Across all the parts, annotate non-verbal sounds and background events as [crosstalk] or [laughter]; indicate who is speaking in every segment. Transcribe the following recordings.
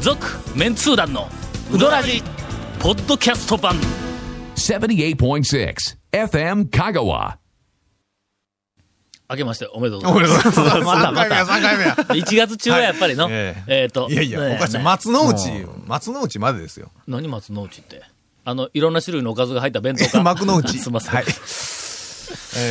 Speaker 1: 続メンツー団のウドラジポッドキャスト版
Speaker 2: 78.6 FM Kagawa.
Speaker 1: 明けましておめでとうござ
Speaker 3: おめ
Speaker 1: い
Speaker 3: で
Speaker 1: ま
Speaker 3: とうご
Speaker 1: す
Speaker 3: ざいます。
Speaker 1: また
Speaker 3: 3
Speaker 1: ま
Speaker 3: 回目
Speaker 1: た
Speaker 3: や、3回目や。
Speaker 1: 1月中はやっぱりの、
Speaker 3: はいええ
Speaker 1: えっ、と
Speaker 3: いやいや、おかしい。
Speaker 1: ね
Speaker 3: 松の内、松の内までですよ。
Speaker 1: 何松の内ってあのいろんな種類のおかずが入った弁当か
Speaker 3: 幕の
Speaker 1: [laughs]
Speaker 3: 内。
Speaker 1: すいません、
Speaker 3: はい。え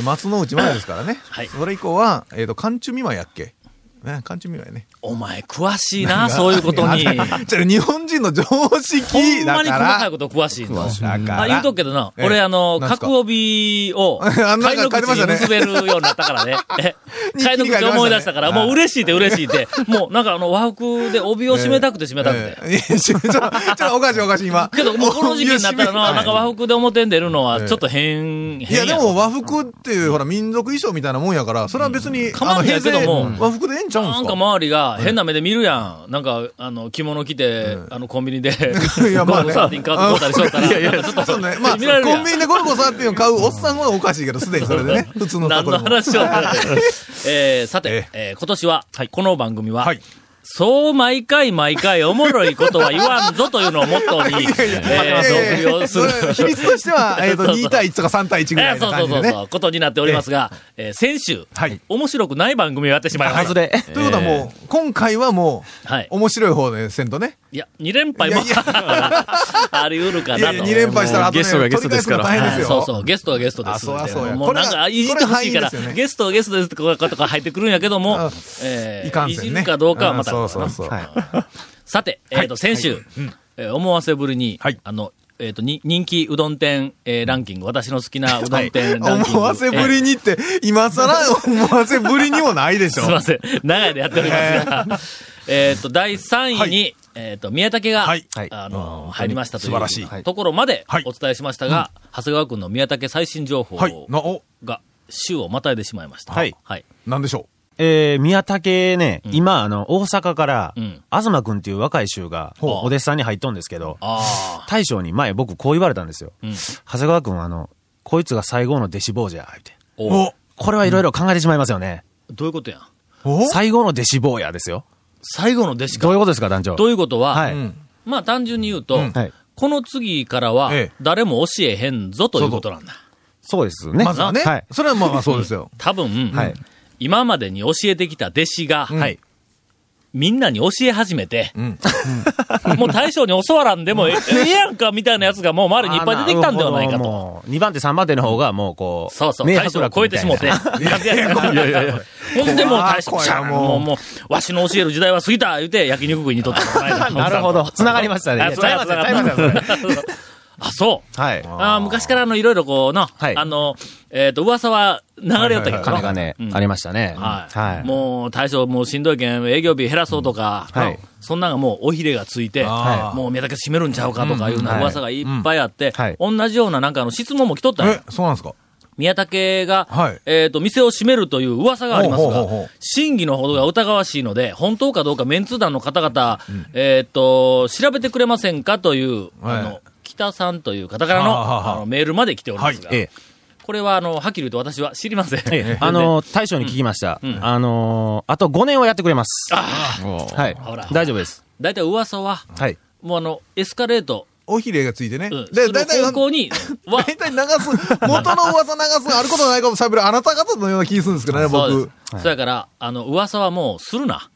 Speaker 3: ー松の内までですからね。
Speaker 1: はい
Speaker 3: それ以降は、えっ、と、寒中見舞いやっけ。ね、寒中見舞いね。
Speaker 1: お前詳しいなそういうことに
Speaker 3: じゃあ日本人の常
Speaker 1: ほん
Speaker 3: 識だ
Speaker 1: ま
Speaker 3: か
Speaker 1: に細からい。こと詳しいの
Speaker 3: だから
Speaker 1: あ、言うとくけどな。
Speaker 3: ええ
Speaker 1: 俺、あの、
Speaker 3: なんすか
Speaker 1: 角帯を、
Speaker 3: [laughs] あなんか
Speaker 1: 貝の口
Speaker 3: 書いて
Speaker 1: に
Speaker 3: ました
Speaker 1: 結べるようになった
Speaker 3: [laughs]
Speaker 1: からね。え
Speaker 3: 日記に
Speaker 1: 貝の
Speaker 3: 書い
Speaker 1: 口
Speaker 3: てましたね
Speaker 1: 思い出したから、も
Speaker 3: は
Speaker 1: う
Speaker 3: い
Speaker 1: 嬉しいで嬉しいで。もう、なんかあの、和服で帯を締めたくて締めたくて。
Speaker 3: えーいやちょちょちょっとおかしいおかしい、今。
Speaker 1: けど、もうこの時期になったらな、なんか和服で表に出るのは、
Speaker 3: ええ
Speaker 1: ちょっと変、
Speaker 3: いや、
Speaker 1: 変
Speaker 3: で
Speaker 1: や
Speaker 3: も
Speaker 1: ろ。
Speaker 3: 和服っていう、ほら、民族衣装みたいなもんやから、それは別に、
Speaker 1: 構わんのやけども
Speaker 3: あの平成和服でええんちゃうんす
Speaker 1: な
Speaker 3: か
Speaker 1: んか周りが変な目で見るやん。なんか、あの、着物着て、あの、コンビニで、
Speaker 3: [laughs] いや、まあね。
Speaker 1: サーティン買ってこうたりしとったら、
Speaker 3: いやい
Speaker 1: なん
Speaker 3: や、
Speaker 1: か
Speaker 3: ち
Speaker 1: ち
Speaker 3: ょ
Speaker 1: ょ
Speaker 3: っ
Speaker 1: っ
Speaker 3: と
Speaker 1: と
Speaker 3: ね。まあ、
Speaker 1: 見られる
Speaker 3: コ
Speaker 1: や
Speaker 3: ン
Speaker 1: ん
Speaker 3: ビ。ニでゴルゴサーティンを買うおっさんはおかしいけど、すでにそれでね。普通の
Speaker 1: 何
Speaker 3: 人
Speaker 1: の
Speaker 3: でも。
Speaker 1: 話を。
Speaker 3: [laughs]
Speaker 1: えーさて
Speaker 3: え、
Speaker 1: えー今年は、この番組は、
Speaker 3: はい。
Speaker 1: そう毎回毎回おもろいことは言わんぞというのをモットー
Speaker 3: [laughs]
Speaker 1: に、えー
Speaker 3: ええ
Speaker 1: お送りをする。
Speaker 3: 比率としては、えっと、2対1とか3対1ぐら
Speaker 1: [laughs] えー
Speaker 3: い
Speaker 1: そ
Speaker 3: の
Speaker 1: うそ
Speaker 3: 感
Speaker 1: う
Speaker 3: じ
Speaker 1: そ
Speaker 3: で
Speaker 1: う
Speaker 3: ね。
Speaker 1: そう、ことになっておりますが、えー先週、
Speaker 3: はい
Speaker 1: 面白くない番組をやってしまいました。
Speaker 4: れ。
Speaker 3: ということはもう、今回はも、
Speaker 1: はいう
Speaker 3: 面白い方でせんとね。
Speaker 1: いや、2連敗も
Speaker 3: いやいや
Speaker 1: [laughs] あり得るか
Speaker 3: い
Speaker 1: な
Speaker 3: や
Speaker 1: と。
Speaker 3: いや、2連敗したら後ね、
Speaker 4: ゲストがゲストですから
Speaker 3: 取り返の大変ですよ。
Speaker 1: そうそう、ゲストはゲストですので。
Speaker 3: あそうやそうや
Speaker 1: もうなん
Speaker 3: これ
Speaker 1: か、
Speaker 3: が
Speaker 1: いじってほしいから、
Speaker 3: これが範囲ですよね
Speaker 1: ゲストはゲストですってことか入ってくるんやけども
Speaker 3: あ、
Speaker 1: えー
Speaker 3: いかん
Speaker 1: い
Speaker 3: せ
Speaker 1: じ
Speaker 3: んね。
Speaker 1: るかどうかはまた。
Speaker 3: うんそうそうそう。
Speaker 1: さて、えっ、と、先週、えー思わせぶりに、
Speaker 3: はい
Speaker 1: あの、えっ、とに、人気うどん店、えーランキング、私の好きなうど
Speaker 3: は
Speaker 1: ん
Speaker 3: い
Speaker 1: 店ランキング。
Speaker 3: 思わせぶ
Speaker 1: え
Speaker 3: りにって、今更思わせぶりにもないでし
Speaker 1: ー
Speaker 3: ょ。
Speaker 1: すいません。長いでやっておりますが、えっと、第3位に、
Speaker 3: はい
Speaker 1: えっ、と、宮武が、
Speaker 3: はい
Speaker 1: あの、
Speaker 3: はい
Speaker 1: 入りましたという
Speaker 3: 素晴らしい
Speaker 1: ところまで
Speaker 3: はい
Speaker 1: お伝えしましたが、長谷川君の宮武最新情報
Speaker 3: はい。な、お、
Speaker 1: が、週をまたいでしまいました。
Speaker 4: はい
Speaker 1: はい。
Speaker 3: なんでしょ
Speaker 4: えー、宮武ね、今、あの、大阪から、
Speaker 1: うん
Speaker 4: 東くんっていう若い衆が、
Speaker 1: う
Speaker 4: お弟子さんに入っとんですけど、
Speaker 1: あ
Speaker 4: 大将に前僕こう言われたんですよ。
Speaker 1: あ、うん。
Speaker 4: 長谷川くんは、あの、こいつが最後の弟子坊じゃ、って。
Speaker 3: う。
Speaker 1: お
Speaker 3: お、
Speaker 4: これはいろいろ考えてしまいますよね。
Speaker 1: どういうことやん。
Speaker 3: お
Speaker 4: 最後の弟子坊やですよ。
Speaker 1: 最後の弟子か。
Speaker 4: どういうことですか、団長。
Speaker 1: ということは、
Speaker 4: はい、
Speaker 3: うん
Speaker 1: まあ単純に言うと、
Speaker 3: うん
Speaker 4: はい。
Speaker 1: この次からは
Speaker 3: ええ、
Speaker 1: 誰も教えへんぞということなんだ。
Speaker 4: そうですね。
Speaker 3: まずはね、
Speaker 4: はい。
Speaker 3: それはまあまあそうですよ。
Speaker 1: 多分、
Speaker 4: はい
Speaker 1: 今までに教えてきた弟子が、
Speaker 3: うんはい
Speaker 1: みんなに教え始めて、
Speaker 3: うん。
Speaker 1: もう大将に教わらんでもえええやんかみたいなやつがもう周りにいっぱい出てきたんではないか
Speaker 4: あーるほ
Speaker 1: と。
Speaker 4: どもう、2番手、3番手の方が、もうこう、
Speaker 1: そうそう、
Speaker 4: 明
Speaker 1: 大
Speaker 4: 白
Speaker 1: 将を超えてしもうて。
Speaker 4: みたい
Speaker 1: なんでやねんこんなやつほんでもう大将、
Speaker 3: 怖い
Speaker 1: シャーン
Speaker 3: 怖い
Speaker 1: も
Speaker 3: も
Speaker 1: う、
Speaker 3: う
Speaker 1: もう、わしの教える時代は過ぎた言うて焼肉食いにとったこの間
Speaker 4: なるほど。繋がりましたね。
Speaker 1: あ、そうや、
Speaker 4: いやちゃいますよちゃいます
Speaker 1: そ
Speaker 4: よ
Speaker 1: うやあ、そう。
Speaker 4: はい。
Speaker 1: あー昔からあの、いろいろこうな、
Speaker 4: はい
Speaker 1: あの、えっ、と、噂は流れよったけどな、
Speaker 4: 金がね、
Speaker 1: うん
Speaker 4: ありましたね。
Speaker 1: はい。
Speaker 4: はい。
Speaker 1: もう、大将、もうしんどいけん、営業日減らそうとか、
Speaker 4: うんはい
Speaker 1: そんなんがもう、おひれがついて、
Speaker 3: あー
Speaker 1: もう、宮崎閉めるんちゃうかとかいうよう
Speaker 4: うん
Speaker 1: な
Speaker 4: はい
Speaker 1: 噂がいっぱいあって、
Speaker 4: はい
Speaker 1: 同じようななんかあの、質問も来とったんや
Speaker 3: え、そうなんですか
Speaker 1: 宮武が、
Speaker 3: はい
Speaker 1: えっ、と、店を閉めるという噂があります
Speaker 3: ほうほ
Speaker 1: が
Speaker 3: うほうほう、
Speaker 1: 真偽のほどが疑わしいので、本当かどうかメンツ団の方々、えっ、と、調べてくれませんかという、あ
Speaker 3: は
Speaker 1: の
Speaker 3: い、
Speaker 1: 北さんという方からの
Speaker 3: はあはあはあ
Speaker 1: あのメールまで来ておりますが、
Speaker 3: は
Speaker 4: え
Speaker 1: これは、あの、はっきり言うと私は知りません。
Speaker 4: え。ええ、あの、大将に聞きました。あのー、あと5年はやってくれます。はい
Speaker 1: ほら。
Speaker 4: 大丈夫です。
Speaker 1: 大体噂は、
Speaker 4: はい。
Speaker 1: もうあの、エスカレート、
Speaker 3: おひれがついてね
Speaker 1: うん、。す
Speaker 3: で、
Speaker 1: る
Speaker 3: だいたい、
Speaker 1: 方向
Speaker 3: [laughs]
Speaker 1: に、は、
Speaker 3: 大体流す、元の噂流す、あることないかも喋る、あなた方のような気するんですけどね、
Speaker 1: そう
Speaker 3: 僕
Speaker 1: で。す。そやから、あの、噂はもうするな。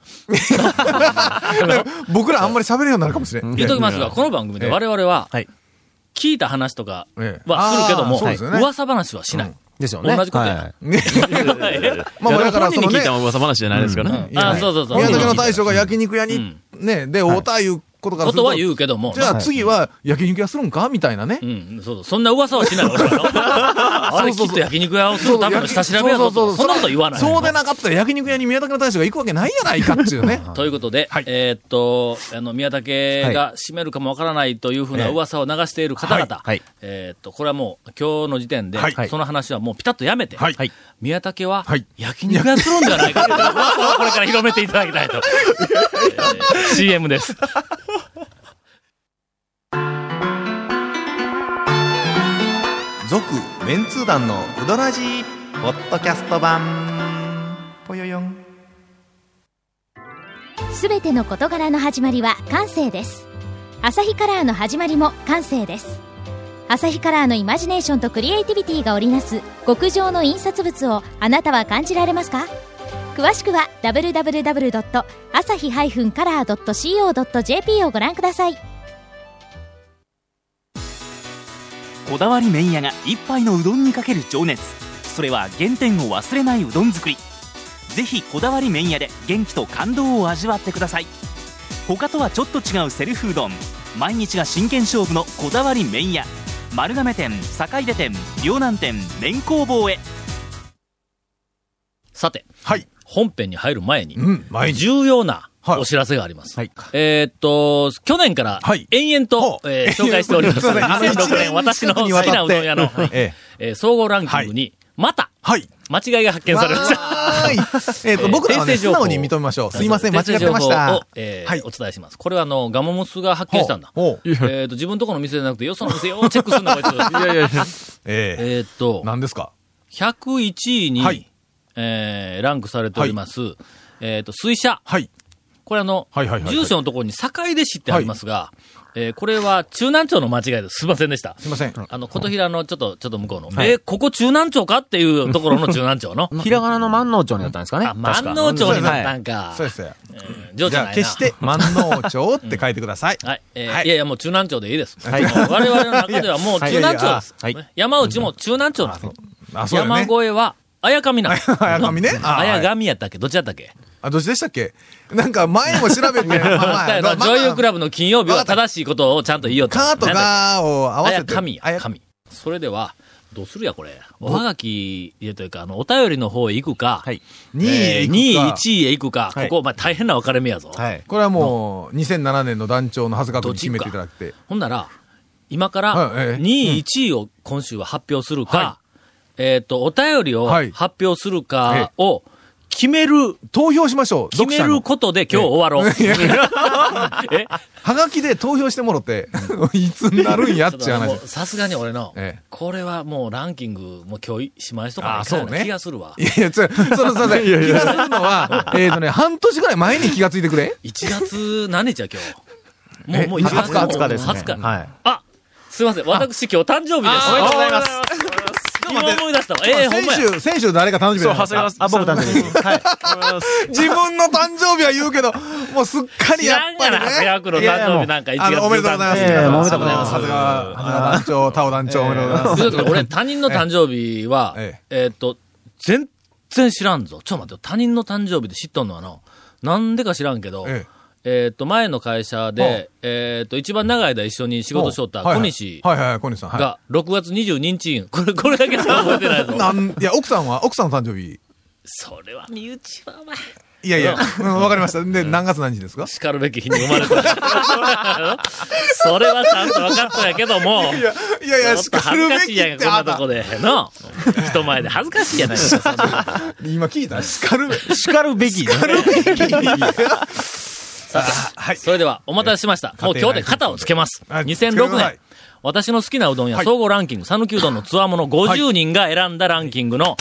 Speaker 3: 僕らあんまり喋るようになるかもしれん。
Speaker 1: 言っときますが、この番組で我々は
Speaker 4: はい、
Speaker 1: 聞いた話とか
Speaker 3: ええ
Speaker 1: はするけども、
Speaker 3: あーそうですよね
Speaker 1: 噂話はしない。
Speaker 4: ですよね。
Speaker 1: 同じことや
Speaker 4: はい
Speaker 3: まあまあだから、そ
Speaker 5: 本
Speaker 3: の
Speaker 5: 人に
Speaker 3: ね
Speaker 5: 聞いた、噂話じゃないですからね。
Speaker 3: いや
Speaker 1: あそうそうそう
Speaker 3: 宮崎の大将が焼肉屋
Speaker 1: う
Speaker 3: に
Speaker 1: ん、
Speaker 3: ね、で、おうたいうことから
Speaker 1: こ
Speaker 3: する
Speaker 1: とは言
Speaker 3: と、
Speaker 1: うけども、
Speaker 3: じゃあ次は焼肉屋するんかみたいなね
Speaker 1: う。ん、そうそうそんな噂はしない。俺はあれきっと焼肉屋をするための下調べやぞ
Speaker 3: そう
Speaker 1: と。
Speaker 3: そうそう
Speaker 1: そんなこと言わない。
Speaker 3: そうでなかったら焼肉屋に宮崎の大将が行くわけないやないかっていうね。
Speaker 1: ということで、
Speaker 3: はい
Speaker 1: えーっと、あの、宮武が閉めるかもわからないというふうな噂を流している方々、
Speaker 4: はいはい
Speaker 1: えーっと、これはもう、今日の時点で、
Speaker 3: はい
Speaker 1: その話はもうピタッとやめて、
Speaker 3: はい
Speaker 4: はい
Speaker 1: 宮武は
Speaker 3: はい、
Speaker 1: 焼肉屋するんじゃないかという噂をこれから広めていただきたい [laughs] と。えー CM です。
Speaker 6: 続メンツー団のウドラジーポッドキャスト版ぽよよん
Speaker 5: すべての事柄の始まりは感性ですアサヒカラーの始まりも感性ですアサヒカラーのイマジネーションとクリエイティビティが織りなす極上の印刷物をあなたは感じられますか詳しくは www.asahi-color.co.jp をご覧ください
Speaker 7: こだわり麺屋が一杯のうどんにかける情熱それは原点を忘れないうどん作りぜひこだわり麺屋で元気と感動を味わってください他とはちょっと違うセルフうどん毎日が真剣勝負のこだわり麺屋丸亀店坂出店両南店麺工房へ
Speaker 1: さて、
Speaker 3: はい。
Speaker 1: 本編に入る前に、
Speaker 3: うん、毎日。
Speaker 1: 重要な
Speaker 3: はい
Speaker 1: お知らせがあります。
Speaker 3: はい
Speaker 1: えーっと、去年から
Speaker 3: はい
Speaker 1: 延々と、
Speaker 3: ほう
Speaker 1: えー紹介しております。
Speaker 3: [laughs] そうです
Speaker 1: [laughs]
Speaker 3: ね
Speaker 1: 2006年私の好きなうどん屋の、はい
Speaker 3: [laughs] ええ。
Speaker 1: えー総合ランキングに、また
Speaker 3: はい。
Speaker 1: 間違いが発見されました。
Speaker 3: した。 [laughs] えっ
Speaker 1: えー
Speaker 3: と、僕らは
Speaker 1: 訂
Speaker 3: ね、
Speaker 1: 正情
Speaker 3: 素
Speaker 1: 報
Speaker 3: 直に認めましょう。すいません、間違ってまし
Speaker 1: 訂正情報を
Speaker 3: た。、
Speaker 1: えー
Speaker 3: はい
Speaker 1: お伝えします。これはあの、ガモモスが発見したんだ。
Speaker 3: ほうほう
Speaker 1: えーっと、自分とこの店じゃなくて、よその店を [laughs] チェックするんだ、こいつ。
Speaker 3: え
Speaker 1: えーっと
Speaker 3: え。、何ですか
Speaker 1: 101位に、
Speaker 3: はい
Speaker 1: えーランクされております、えっ、と、水車。
Speaker 3: はい。
Speaker 1: これあの、
Speaker 3: はいはいはいはい
Speaker 1: 住所のところに坂出市ってありますが、えーこれは中南町の間違いです。すいませんでした。
Speaker 3: すいません。
Speaker 1: あの、琴平のちょっと、ちょっと向こうの、えーここ中南町かっていうところの中南町の。
Speaker 4: ひらがなの万能町になったんですかね。
Speaker 1: [laughs] あ、万能町になった
Speaker 4: はい
Speaker 1: んか。
Speaker 3: そうですよ。
Speaker 1: 情緒
Speaker 3: じ
Speaker 1: ない
Speaker 3: ゃ
Speaker 1: な
Speaker 3: あ、決して、万能町って書いてください。
Speaker 1: はい。えー
Speaker 3: はい
Speaker 1: い、やいや、もう中南町でいいです。
Speaker 4: はい
Speaker 1: もう我々の中ではもう中南町です。
Speaker 4: はいいやいや
Speaker 1: 山内も中南町なんです。
Speaker 3: あ、そうだよ
Speaker 1: 山
Speaker 3: ね
Speaker 1: 越。えは、綾上なんです。
Speaker 3: [laughs] 綾上ね。あはい
Speaker 1: 綾上やったっけどっちやったっけ
Speaker 3: あ、どっちでしたっけなんか前も調
Speaker 1: [laughs]
Speaker 3: べて、ま
Speaker 1: だから
Speaker 3: まあ
Speaker 1: 女優ク
Speaker 3: ラ
Speaker 1: ラブの金曜日は正しいことをちゃんと言いようと。
Speaker 3: カーと
Speaker 1: なんだっ
Speaker 3: ガーを合
Speaker 1: けあ
Speaker 3: わ
Speaker 1: や
Speaker 3: せて。
Speaker 1: 神
Speaker 3: あ
Speaker 1: や、神。それでは、どうするや、これ。おはがき、いやというか、あの、お便りの方へ行くか、
Speaker 4: はい。
Speaker 3: 2位へ行くか。
Speaker 1: 2位、1位へ行くか、
Speaker 4: はい
Speaker 1: ここ、まあ、大変な分かれ目やぞ。
Speaker 4: はい。
Speaker 3: これはもう、2007年の団長の長谷川君に決めていただいて。
Speaker 1: ほんなら、今から
Speaker 3: はいええ
Speaker 1: 2位、1位を今週は発表するか、えっと、お便りを
Speaker 3: はい
Speaker 1: 発表するかを決める、
Speaker 3: 投票しましょう。
Speaker 1: 決
Speaker 3: 読
Speaker 1: め
Speaker 3: 者
Speaker 1: る
Speaker 3: の。
Speaker 1: ことで今日終わろう。 [laughs] え
Speaker 3: はがきで投票してもろて、 [laughs] いつになるんやっちゅう
Speaker 1: [laughs] も
Speaker 3: 話
Speaker 1: う。さすがに俺の、
Speaker 3: ええ
Speaker 1: これはもうランキング、もう今日しまいしとか
Speaker 3: あ
Speaker 1: な
Speaker 3: そう
Speaker 1: い
Speaker 3: ね
Speaker 1: かな気がするわ。
Speaker 3: いやいや、つそのさ、気がするのは、えっとね、半年ぐらい前に気がついてくれ。
Speaker 1: 1月何日や今日。も
Speaker 3: え
Speaker 1: う、もう1月
Speaker 4: 20日ですね。
Speaker 1: 20日
Speaker 4: はい。
Speaker 1: あすいません。私今日誕生日です。おめでとうございます。今思い出したわ。ええほん
Speaker 3: 先
Speaker 1: まや。
Speaker 3: 週、先週誰か誕生日だった
Speaker 4: あ、僕誕生日です。はい。
Speaker 3: 自分の誕生日は言うけど、もうすっかり
Speaker 1: 知
Speaker 3: やっ
Speaker 1: らん
Speaker 3: ぱ
Speaker 1: がな、
Speaker 3: りね。
Speaker 1: 早くの誕生日なんか1
Speaker 3: あ
Speaker 1: 月
Speaker 3: の、おめでとうございます。
Speaker 4: いやいやおめでとうござい
Speaker 3: あの
Speaker 4: ます
Speaker 3: さすが、長谷川団
Speaker 1: [laughs]
Speaker 3: 長、田尾団長、おめでとうございます。
Speaker 1: ということで俺、他人の誕生日は、え
Speaker 3: え
Speaker 1: ーっと、全然知らんぞ。ちょっと待ってよ、他人の誕生日で知っとんのはの、なんでか知らんけど、え
Speaker 3: え
Speaker 1: ーっと、前の会社で、えーっと、一番長い間一緒に仕事しとった
Speaker 3: はい
Speaker 1: 小
Speaker 3: はい
Speaker 1: 西
Speaker 3: はいはい、小西さん。は
Speaker 1: が、6月22日、これ、これだけしか覚えてない
Speaker 3: い。
Speaker 1: ぞ。
Speaker 3: [laughs] なん、いや、奥さんは、奥さんの誕生日。
Speaker 1: それは身内はお前、
Speaker 3: いやい
Speaker 1: [laughs]
Speaker 3: や、うんわかりました。で、何月何日ですか
Speaker 1: 叱るべき日に生まれた。 [laughs] それはちゃんと分かったんやけども、
Speaker 3: いや、いやいや、
Speaker 1: ちょっと恥ずかしいやんか、
Speaker 3: 叱るべきって
Speaker 1: こん
Speaker 3: あ
Speaker 1: なとこで。の、人前で恥ずかしいやないか。そんな
Speaker 3: 今聞いた叱るべき。
Speaker 4: 叱るべき。
Speaker 3: はい。
Speaker 1: それでは、お待たせしました。もう今日で肩をつけます。
Speaker 3: はいつけてく
Speaker 1: 2006
Speaker 3: ださ
Speaker 1: 年
Speaker 3: い、
Speaker 1: 私の好きなうどんや
Speaker 3: はい
Speaker 1: 総合ランキング、讃岐うどんのつわもの50人が選んだランキングの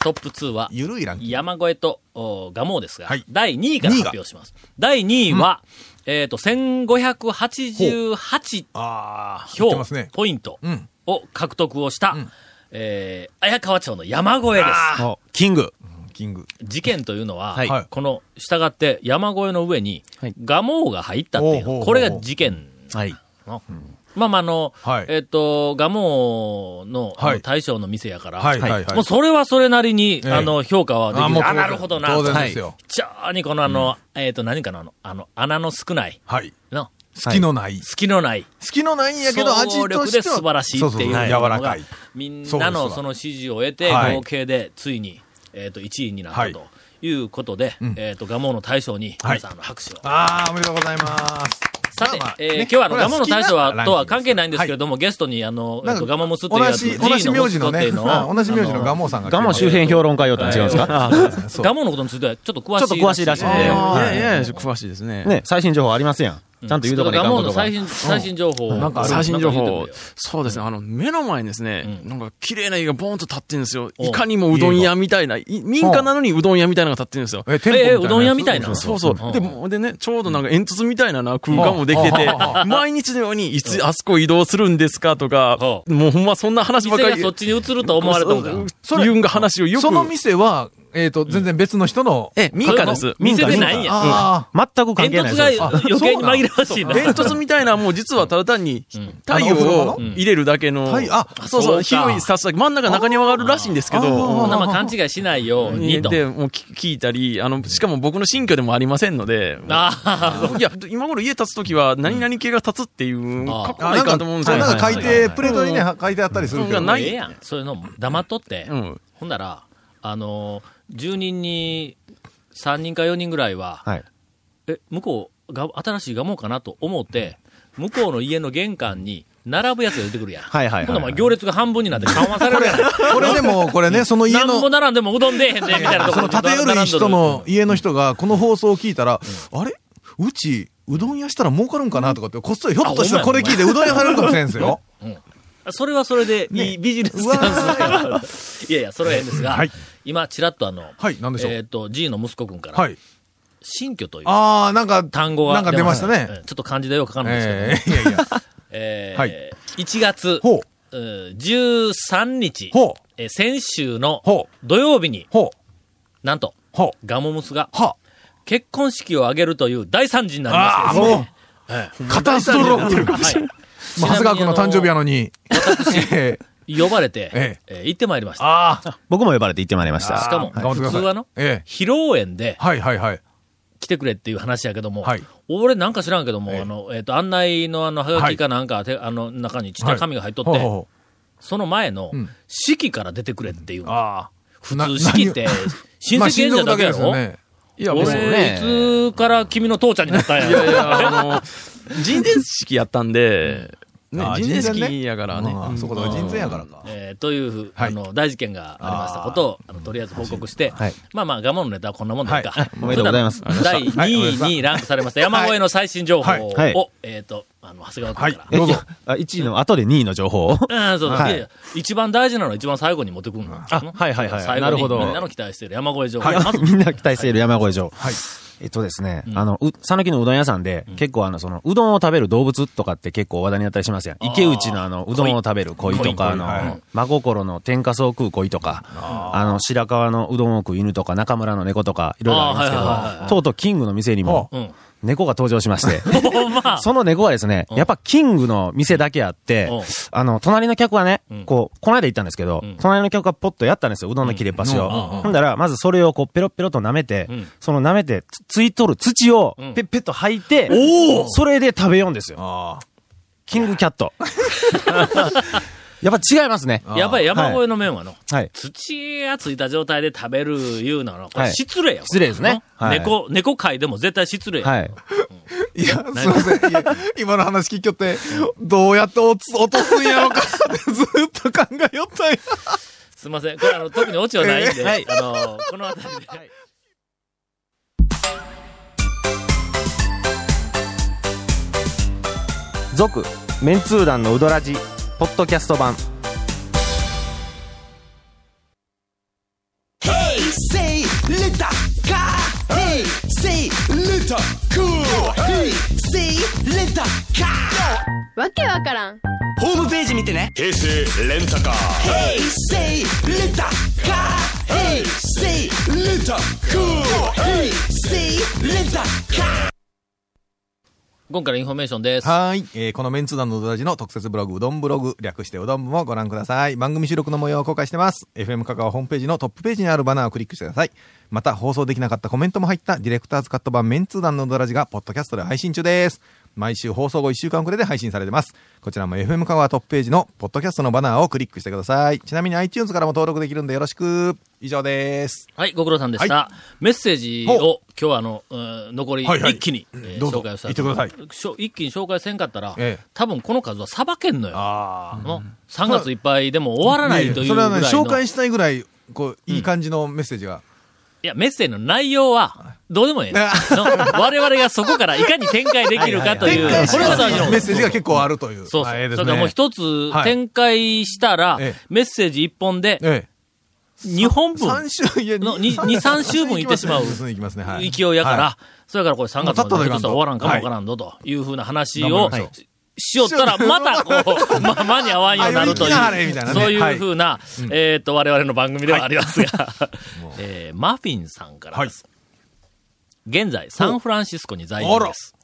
Speaker 1: トップ2は、
Speaker 3: ゆるいランキング。
Speaker 1: 山越えとお蒲生ですが、
Speaker 3: はい
Speaker 1: 第2位から
Speaker 3: 二位
Speaker 1: 発
Speaker 3: が
Speaker 1: 表します。第2位は、えっと、1588
Speaker 3: ああ、言って
Speaker 1: 票
Speaker 3: ますね。
Speaker 1: ポイント
Speaker 3: うん
Speaker 1: を獲得をした
Speaker 3: ん、
Speaker 1: えー綾川町の山越えです。
Speaker 4: おキング。
Speaker 3: キング。
Speaker 1: 事件というのは、
Speaker 4: はい
Speaker 1: この、従って山越えの上に
Speaker 4: はい、
Speaker 1: 蒲生が入ったっていう、
Speaker 3: ほうほうほう
Speaker 1: これが事件
Speaker 4: はい。
Speaker 1: の。まあまあ、あの、
Speaker 3: はい
Speaker 1: えっと、蒲生のあ
Speaker 3: は
Speaker 1: の
Speaker 3: い
Speaker 1: 大将の店やから、
Speaker 3: はいはいはい。
Speaker 1: もうそれはそれなりに、
Speaker 3: ええ
Speaker 1: あの、評価はできる。あ
Speaker 3: もう
Speaker 1: なるほどな。
Speaker 3: 当然
Speaker 1: 非
Speaker 3: ですよ。
Speaker 1: 常にこのあの、えっと、何かな、あの、あの、穴の少ない、
Speaker 3: はい。
Speaker 1: の、
Speaker 3: 隙のない。
Speaker 1: 隙のない、
Speaker 3: 隙のないんやけど、味
Speaker 1: 総
Speaker 3: と
Speaker 1: 力
Speaker 3: して
Speaker 1: で
Speaker 3: は。
Speaker 1: 素晴らしい
Speaker 3: そう
Speaker 1: っ
Speaker 3: そ
Speaker 1: て
Speaker 3: う
Speaker 1: い
Speaker 3: そうう
Speaker 1: のが
Speaker 3: 柔らかい。
Speaker 1: みんなのその支持を得て、
Speaker 3: はい
Speaker 1: 合計でついに、えっ、と、1位になっ
Speaker 3: は
Speaker 1: た
Speaker 3: い
Speaker 1: ということで、
Speaker 3: ん
Speaker 1: えっ、と、ガモの大将に、
Speaker 3: はい
Speaker 1: 皆さんあの拍手を。
Speaker 3: ああ、おめでとうございます。
Speaker 1: さて、
Speaker 3: まあまあ
Speaker 1: えー
Speaker 3: ね
Speaker 1: 今日はあの、
Speaker 3: これ
Speaker 1: ガモの大将
Speaker 3: 好きな
Speaker 1: は、とは
Speaker 3: ラン
Speaker 1: 関
Speaker 3: キ
Speaker 1: 係
Speaker 3: ング
Speaker 1: ないんですけれども、ゲストに、あの、えーとガモモスっていう
Speaker 3: 同
Speaker 1: やつ、
Speaker 3: じ、同じ名字の
Speaker 1: ってい
Speaker 3: ね、
Speaker 1: うの
Speaker 3: うん同じ名字のガ
Speaker 1: モ。
Speaker 3: モさんが。
Speaker 4: ガモ周辺評論家用とは違うんですか
Speaker 3: 論。そう
Speaker 1: ガモのことについては、ちょっと詳しい。
Speaker 4: ちょっと詳しいらしいん
Speaker 1: え
Speaker 4: で
Speaker 1: ー
Speaker 4: はい
Speaker 8: やいや、詳しいですね。
Speaker 4: ね、最新情報ありませんやん。ちゃんと言うとかねいかん
Speaker 1: も
Speaker 4: こ
Speaker 1: の
Speaker 4: とが
Speaker 1: 最。新、最新情報を。
Speaker 8: なんか最新情
Speaker 1: なんか言
Speaker 8: 報
Speaker 1: うてくれよ。
Speaker 8: そうですね。あの、目の前にですね、なんか綺麗な家がボーンと立ってるんですよ。
Speaker 1: お
Speaker 8: いかにもうどん屋みたいな、い民家なのにうどん屋みたいなのが立ってるんですよ。
Speaker 3: え、店舗みたいな
Speaker 1: え
Speaker 3: や
Speaker 1: え、
Speaker 3: つ
Speaker 1: うどん屋みたいな。
Speaker 8: そうそうう。
Speaker 1: ん
Speaker 8: で、もうでね、ちょうどなんか煙突みたいなな空間もできてて、毎日のように、いつあそこ移動するんですかとか、もうほんまそんな話ばっ
Speaker 1: 店
Speaker 8: か
Speaker 1: が
Speaker 8: り。
Speaker 1: そっちに移ると思われたんだよ。
Speaker 8: そうんが話をよく。
Speaker 3: その店は、えっと、全然別の人の、
Speaker 8: え、民家です。民
Speaker 1: 店
Speaker 8: 家
Speaker 1: で
Speaker 8: 民
Speaker 1: な
Speaker 8: 家
Speaker 1: いんや。
Speaker 3: あ
Speaker 4: 全く関係
Speaker 1: 煙
Speaker 4: な
Speaker 1: 突
Speaker 4: いで
Speaker 1: が
Speaker 4: すよ。
Speaker 1: 余計に紛らわし
Speaker 8: [laughs]
Speaker 1: いな。
Speaker 8: 煙突みたいな、もう実はただ単に太陽を入れるだけの、
Speaker 3: 太陽あ
Speaker 8: そう
Speaker 1: そう
Speaker 8: そ
Speaker 1: か
Speaker 8: う、広いさすだけ、真ん中中庭があるらしいんですけ
Speaker 1: そんな
Speaker 8: ど、
Speaker 1: まあ勘違いしないようにと。
Speaker 8: で、もう聞聞いたり、あの、しかも僕の新居でもありませんので、
Speaker 1: あ
Speaker 8: いや、今頃家建つときは、何々系が建つっていう、
Speaker 1: あ
Speaker 8: かっこ
Speaker 3: あ、
Speaker 8: ない
Speaker 3: なん
Speaker 8: か
Speaker 3: か、
Speaker 8: と思うんですよ。
Speaker 3: なんか
Speaker 8: はい
Speaker 3: 書いて、プレートにね、書いてあったりするけど
Speaker 8: うん
Speaker 1: あ、な
Speaker 3: ね。
Speaker 8: ない
Speaker 1: いえやん。そういうの黙っとって。
Speaker 8: うん
Speaker 1: ほんなら、あのー、住人に3人か4人ぐらいは、
Speaker 4: はい
Speaker 1: え、向こうが、新しいガモかなと思って、向こうの家の玄関に並ぶやつが出てくるやん。
Speaker 4: はいはいはい
Speaker 1: ほんならまあ行列が半分になって緩和されるやん。
Speaker 3: これでも、 [laughs] これね、その家
Speaker 1: なんぼ
Speaker 3: の、
Speaker 1: 並んでもうどん出えへんで、みたいなとこ
Speaker 3: そ
Speaker 1: ろ
Speaker 3: の
Speaker 1: に並んど
Speaker 3: 縦
Speaker 1: る
Speaker 3: 寄る人の家の人が、この放送を聞いたら、あれうち、うどん屋したら儲かるんかなとかって、こっそりひょっとしたら
Speaker 1: あ
Speaker 3: これ聞いてうどん屋されるかもしれん
Speaker 1: [laughs]
Speaker 3: すよ。
Speaker 1: それはそれでいいビジネスチャンスいやいや、それはええんですが、
Speaker 3: はい
Speaker 1: 今、ちらっとあの、
Speaker 3: はい、なんでしょ
Speaker 1: えっ、
Speaker 3: う。
Speaker 1: と、G の息子くんから、
Speaker 3: はい。
Speaker 1: 新居という
Speaker 3: あー、なんか、
Speaker 1: 単語が
Speaker 3: なんか出ましたね
Speaker 1: えーちょっと漢字でよくわかんないですけど、
Speaker 3: えーいやいや。
Speaker 1: えー
Speaker 3: はい
Speaker 1: 1月
Speaker 3: ほう、
Speaker 1: えー13日、
Speaker 3: ほう、
Speaker 1: えー先週の
Speaker 3: ほ
Speaker 1: 土曜日に、
Speaker 3: ほ
Speaker 1: なんと、
Speaker 3: う、ほ
Speaker 1: ガモムスが
Speaker 3: う、は、
Speaker 1: 結婚式を挙げるという大惨事になりま
Speaker 3: あ
Speaker 1: してです
Speaker 3: の
Speaker 1: ね、
Speaker 3: カタストローク。
Speaker 1: はい
Speaker 3: まあ長谷川君の誕生日や
Speaker 1: の。
Speaker 3: のに。ええ
Speaker 1: 呼ばれて、
Speaker 3: え
Speaker 1: えー行ってまいりました。
Speaker 3: ああ、
Speaker 4: 僕も呼ばれて行ってまいりまし。
Speaker 1: したかも、
Speaker 3: [laughs] 頑張って
Speaker 1: 普
Speaker 3: くだ
Speaker 1: 通
Speaker 3: さい
Speaker 1: はの、
Speaker 3: ええ
Speaker 1: 披露宴で
Speaker 3: はいはいはい。
Speaker 1: 来てくれっていう話やけども、
Speaker 3: はい
Speaker 1: 俺なんか知らんけども、
Speaker 3: ええ
Speaker 1: あの、えっ、と、案内のあの、はがきかなんか、てあの、中にちっちゃい紙が入っとって、
Speaker 3: ほうほうほ
Speaker 1: その前の
Speaker 3: うん、
Speaker 1: 式から出てくれっていう
Speaker 3: う
Speaker 1: の。
Speaker 3: ああ。
Speaker 1: 普
Speaker 3: な
Speaker 1: 通式って、親戚縁者だけやろ、
Speaker 3: まあ親族ね。
Speaker 8: いや、もう
Speaker 1: 俺、
Speaker 8: ね
Speaker 1: い。つから君の父ちゃんになったんや。
Speaker 8: いやいや、あ [laughs] の、人前式やったんで、ね
Speaker 3: あ、ー
Speaker 8: 人前
Speaker 3: 人前ね
Speaker 8: 式やからね。
Speaker 3: ああ、そうか、だから人前やからか。
Speaker 1: えーというふう、
Speaker 3: はい
Speaker 1: あの、大事件がありましたことを、あのとりあえず報告して、
Speaker 4: はい
Speaker 1: まあまあ、我慢のネタはこんなもんでいいか。
Speaker 4: おめでとうございます
Speaker 1: それでは第2位にランクされました山越えの最新情報を、
Speaker 4: はいはい
Speaker 1: えっ、と、あの、長谷川君から。
Speaker 4: えいやあ1位の後で2位の情報を。
Speaker 1: うん、そうだ、
Speaker 4: はい
Speaker 1: いやいや一番大事なのは一番最後に持ってくるの。あ
Speaker 4: はいはいはい
Speaker 1: 最後
Speaker 4: なる
Speaker 1: に
Speaker 4: ほど
Speaker 1: みんなの期待している山越え情報。
Speaker 4: いや
Speaker 1: [laughs] まず
Speaker 4: みんな期待している山越え城。
Speaker 3: はい。
Speaker 4: えっとですね、あの、う、さぬきのうどん屋さんで、結構あの、その、うどんを食べる動物とかって結構話題になったりしますやん。
Speaker 1: あー
Speaker 4: 池内のあの、うどんを食べる鯉とか、あ
Speaker 1: 鯉鯉は
Speaker 4: の、真心の天かすを食う鯉とか、あの、白川のうどんを食う犬とか、中村の猫とか、いろいろ
Speaker 1: あ
Speaker 4: あり
Speaker 1: ーはいはいはい
Speaker 4: ま
Speaker 1: はい
Speaker 4: すけど、とうとうキングの店にも
Speaker 1: う、ん。
Speaker 4: 猫が登場しまして、
Speaker 1: ほんま。
Speaker 4: [laughs] その猫はですね、やっぱキングの店だけあって
Speaker 1: うん、
Speaker 4: あの、隣の客はね
Speaker 1: うん、
Speaker 4: こう、この間行ったんですけど
Speaker 1: ん、
Speaker 4: 隣の客がポッとやったんですよ、うどんの切れっ端を。
Speaker 1: うんうん
Speaker 4: ほんだら、まずそれをこう、ペロッペロッと舐めて
Speaker 1: うん、
Speaker 4: その舐めて、つついとる土を
Speaker 1: うん、
Speaker 4: ペッペッと吐いて、それで食べようんですよ。
Speaker 3: あ
Speaker 4: キングキャット。やっぱ違いますね。
Speaker 1: [laughs] やばい、山越えの麺はの、
Speaker 4: はい。
Speaker 1: 土がついた状態で食べるいうのはの、これ
Speaker 4: はい
Speaker 1: 失礼や、
Speaker 4: 失礼ですね
Speaker 1: これ
Speaker 4: はい
Speaker 1: 猫、猫界でも絶対失礼や。
Speaker 4: はい。
Speaker 3: あ。いや、すいません。いや今の話聞きよって、どうやって落と落とすんやろかってずっと考えよったんや。
Speaker 1: すいません。これあの、特にオチはないんで、
Speaker 4: はい
Speaker 1: あの、この辺りで。
Speaker 4: 続、メンツー団のうどらじ、ポッドキャスト版。
Speaker 9: わけわからん
Speaker 1: 今回のインフォメーションです。
Speaker 3: はい。えーこのメンツ団のうどらじの特設ブログ、うどんブログ、略してうどん部もご覧ください。番組収録の模様を公開してます。FM カカオホームページのトップページにあるバナーをクリックしてください。また、放送できなかったコメントも入ったディレクターズカット版メンツ団のうどらじが、ポッドキャストで配信中です。毎週放送後1週間くらいで配信されてます。こちらも FM カカオトップページの、ポッドキャストのバナーをクリックしてください。ちなみに iTunes からも登録できるんでよろしく。以上です。
Speaker 1: はい、ご苦労さんでした。メッセージを今日はあの、うん残り
Speaker 3: はいはい
Speaker 1: 一気に、えー
Speaker 3: どうぞ
Speaker 1: 紹介をした
Speaker 3: 言ってく
Speaker 1: しょ一気に紹介せんかったら、
Speaker 3: ええ
Speaker 1: 多分この数はさばけんのよ。
Speaker 3: ああ。
Speaker 1: の3月いっぱいでも終わらないという
Speaker 3: そ
Speaker 1: ぐ
Speaker 3: れ
Speaker 1: らい
Speaker 3: は
Speaker 1: の。
Speaker 3: ね、
Speaker 1: い
Speaker 3: 紹介したいぐらい、こう、いい感じのメッセージが。
Speaker 1: や、メッセージの内容は、どうでもいいね。の我々がそこからいかに展開できるかという、
Speaker 3: 展開し
Speaker 1: これ
Speaker 3: や
Speaker 1: が
Speaker 3: す
Speaker 1: 大
Speaker 3: い
Speaker 1: 事なこと
Speaker 3: メッセージが結構あるという。
Speaker 1: そうそう。
Speaker 3: あ
Speaker 1: そ
Speaker 3: ええ
Speaker 1: れ
Speaker 3: で
Speaker 1: か
Speaker 3: す
Speaker 1: ら
Speaker 3: ね
Speaker 1: もう一つ
Speaker 3: はい
Speaker 1: 展開したら、
Speaker 3: ええ
Speaker 1: メッセージ一本で、
Speaker 3: ええ
Speaker 1: 2本分
Speaker 3: 三週、いや、
Speaker 1: のに2、3週分いってしまう
Speaker 3: 進んでいきますねはい
Speaker 1: 勢いやから、
Speaker 3: は
Speaker 1: それからこれ3月まで
Speaker 3: もう立っとい
Speaker 1: ひ
Speaker 3: か
Speaker 1: ょっと
Speaker 3: んと
Speaker 1: したら終わらんかもわからんぞというふうな話
Speaker 3: 頑張
Speaker 1: を
Speaker 3: りましょう
Speaker 1: ししよったら、またこう、ま間に合わんようになるとい
Speaker 3: あよりきなはれみ
Speaker 1: う、
Speaker 3: たいなね
Speaker 1: そう
Speaker 3: はいいう
Speaker 1: ふうな、えっと、我々の番組ではありますが、 [laughs] えーマフィンさんからです。現在、サンフランシスコに在住です。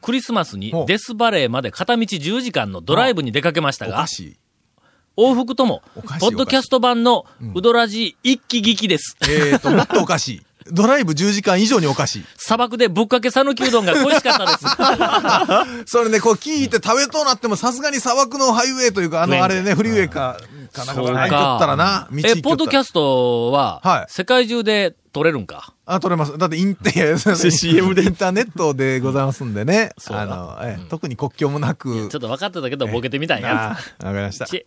Speaker 1: クリスマスに
Speaker 3: ほう
Speaker 1: デスバレーまで片道10時間のドライブに出かけました
Speaker 3: お
Speaker 1: が
Speaker 3: か、しい。
Speaker 1: 往復とも、
Speaker 3: おかしい
Speaker 1: ポッドキャスト版のウドラジ一気聞きです。
Speaker 3: えっと、もっとおかしい。ドライブ10時間以上におかしい。
Speaker 1: 砂漠でぶっかけ讃岐うどんが恋しかった
Speaker 3: [laughs]
Speaker 1: です。
Speaker 3: それね、こう聞いて食べとうなっても、さすがに砂漠のハイウェイというか、あの、あれね、フリーウェイか、かなんか
Speaker 1: そうか
Speaker 3: 入っとったらな、道行きよった
Speaker 1: え、ポッドキャ
Speaker 3: ス
Speaker 1: ス
Speaker 3: ト
Speaker 1: ト
Speaker 3: は
Speaker 1: は、
Speaker 3: い
Speaker 1: 世界中で撮れるんか。
Speaker 3: あ、取れます。だってインテ、い [laughs] やいやそうですね
Speaker 8: CM で
Speaker 3: インターネットでございますんでね。
Speaker 1: そうだ
Speaker 3: あの、ええ特に国境もなく
Speaker 1: ちょ。っと分かってたけど、ボケてみたん
Speaker 3: あ
Speaker 1: や。
Speaker 3: ーわかりました。
Speaker 1: ち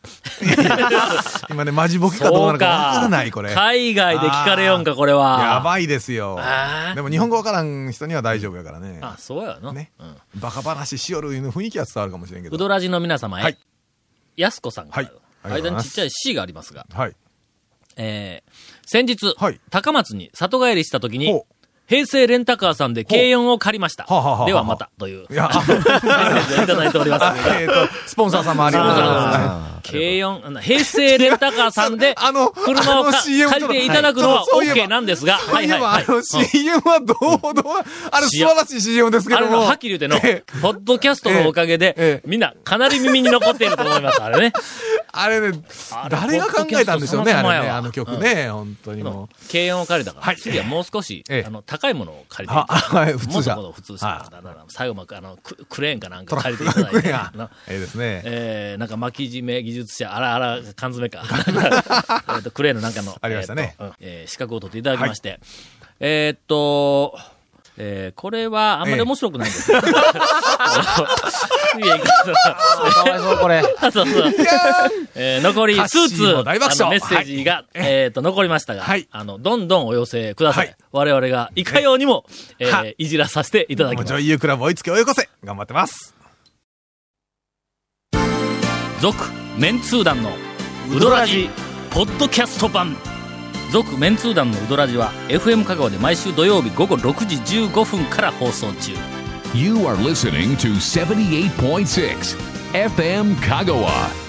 Speaker 3: 今ね、マジボケかどうな
Speaker 1: そう
Speaker 3: のかわから
Speaker 1: か
Speaker 3: ない、これ。。
Speaker 1: 海外で聞かれよんか、これは。
Speaker 3: やばいですよ
Speaker 1: あー。
Speaker 3: でも日本語わからん人には大丈夫やからね。
Speaker 1: あ、そうやな。
Speaker 3: ね
Speaker 1: うん。
Speaker 3: バカ話しよるいうの雰囲気は伝わるかもしれんけ
Speaker 1: う
Speaker 3: ど。
Speaker 1: どらじの皆様
Speaker 3: は
Speaker 1: へ
Speaker 3: い。
Speaker 1: やすこさんから
Speaker 3: はい。あり
Speaker 1: 間
Speaker 3: がとうござい
Speaker 1: に
Speaker 3: ま
Speaker 1: ち
Speaker 3: す
Speaker 1: っちゃい C がありますが、
Speaker 3: はい。
Speaker 1: えー、先日
Speaker 3: はい、
Speaker 1: 高松に里帰りした時に
Speaker 3: ほ、
Speaker 1: 平成レンタカーさんで軽音を借りました
Speaker 3: ほうはあはあはあは。あ
Speaker 1: ではまた、という
Speaker 3: いや、
Speaker 1: メッセージをいただいております。
Speaker 3: あえっと、スポンサー様ありがとうございます。
Speaker 1: 軽音、あの平成レンタカーさんで、
Speaker 3: あの、
Speaker 1: 車を
Speaker 3: あの
Speaker 1: か
Speaker 3: CM
Speaker 1: 借りていただくのは
Speaker 3: そうそういえ
Speaker 1: OK
Speaker 3: ば
Speaker 1: なんですが、
Speaker 3: そういえば、あの CM はどうどう、あれ素晴らしい CM ですけ
Speaker 1: あ
Speaker 3: ど
Speaker 1: れの、
Speaker 3: も。
Speaker 1: はっきり言うての
Speaker 3: ええ、
Speaker 1: ポッドキャストのおかげ
Speaker 3: え
Speaker 1: で
Speaker 3: え、
Speaker 1: みんなかなり耳に残っていると思います、あ
Speaker 3: [laughs]
Speaker 1: れね。
Speaker 3: あれね、誰が考えたんでしょう
Speaker 1: ポッドキャストそ
Speaker 3: ね、あ
Speaker 1: のまやわ
Speaker 3: れね、あの曲ね、本当にもう。
Speaker 1: 軽音を借りたから、次はもう少し
Speaker 3: ええ、
Speaker 1: あの、高いものを借りてい
Speaker 3: あ、
Speaker 1: ただいて。
Speaker 3: はい、普
Speaker 1: も
Speaker 3: 通
Speaker 1: っ
Speaker 3: じ
Speaker 1: と
Speaker 3: ゃ
Speaker 1: もっ。と普通
Speaker 3: は
Speaker 1: 車
Speaker 3: い
Speaker 1: だから、最後まであのククレーンかなん
Speaker 3: ト
Speaker 1: か
Speaker 3: ラ
Speaker 1: 借りていただ
Speaker 3: ッ
Speaker 1: い
Speaker 3: ク
Speaker 1: て
Speaker 3: や。。ええですね。
Speaker 1: えー、なんか巻き締め技術者、あらあら缶詰
Speaker 3: [laughs]
Speaker 1: か。えっと、クレーのなんかの。
Speaker 3: ありましたね
Speaker 1: えーとうんえー資格を取っていただきまして。えーっと、えー、これはあんまり面白くないん
Speaker 3: [laughs]
Speaker 1: ですよ。いやいや
Speaker 4: かわいそう、これ。
Speaker 1: そうそうそうえー残り
Speaker 3: カッ
Speaker 1: ス
Speaker 3: シー
Speaker 1: ーツ、
Speaker 3: も大爆笑
Speaker 1: あのメッセージが、えーっと、残りましたが、
Speaker 3: はい
Speaker 1: あの、どんどんお寄せください。
Speaker 3: はい
Speaker 1: 我々がいかようにも、え
Speaker 3: は
Speaker 1: ー、いじらさせていただき
Speaker 3: もう
Speaker 1: ます
Speaker 3: 女。優クラブ追いつけ追い越せ頑張ってます
Speaker 1: 続メンツー団のウドラジポッドキャスト版続メンツー団のウドラジは FM 香川で毎週土曜日午後6時15分から放送中
Speaker 2: You are listening to 78.6 FM Kagawa.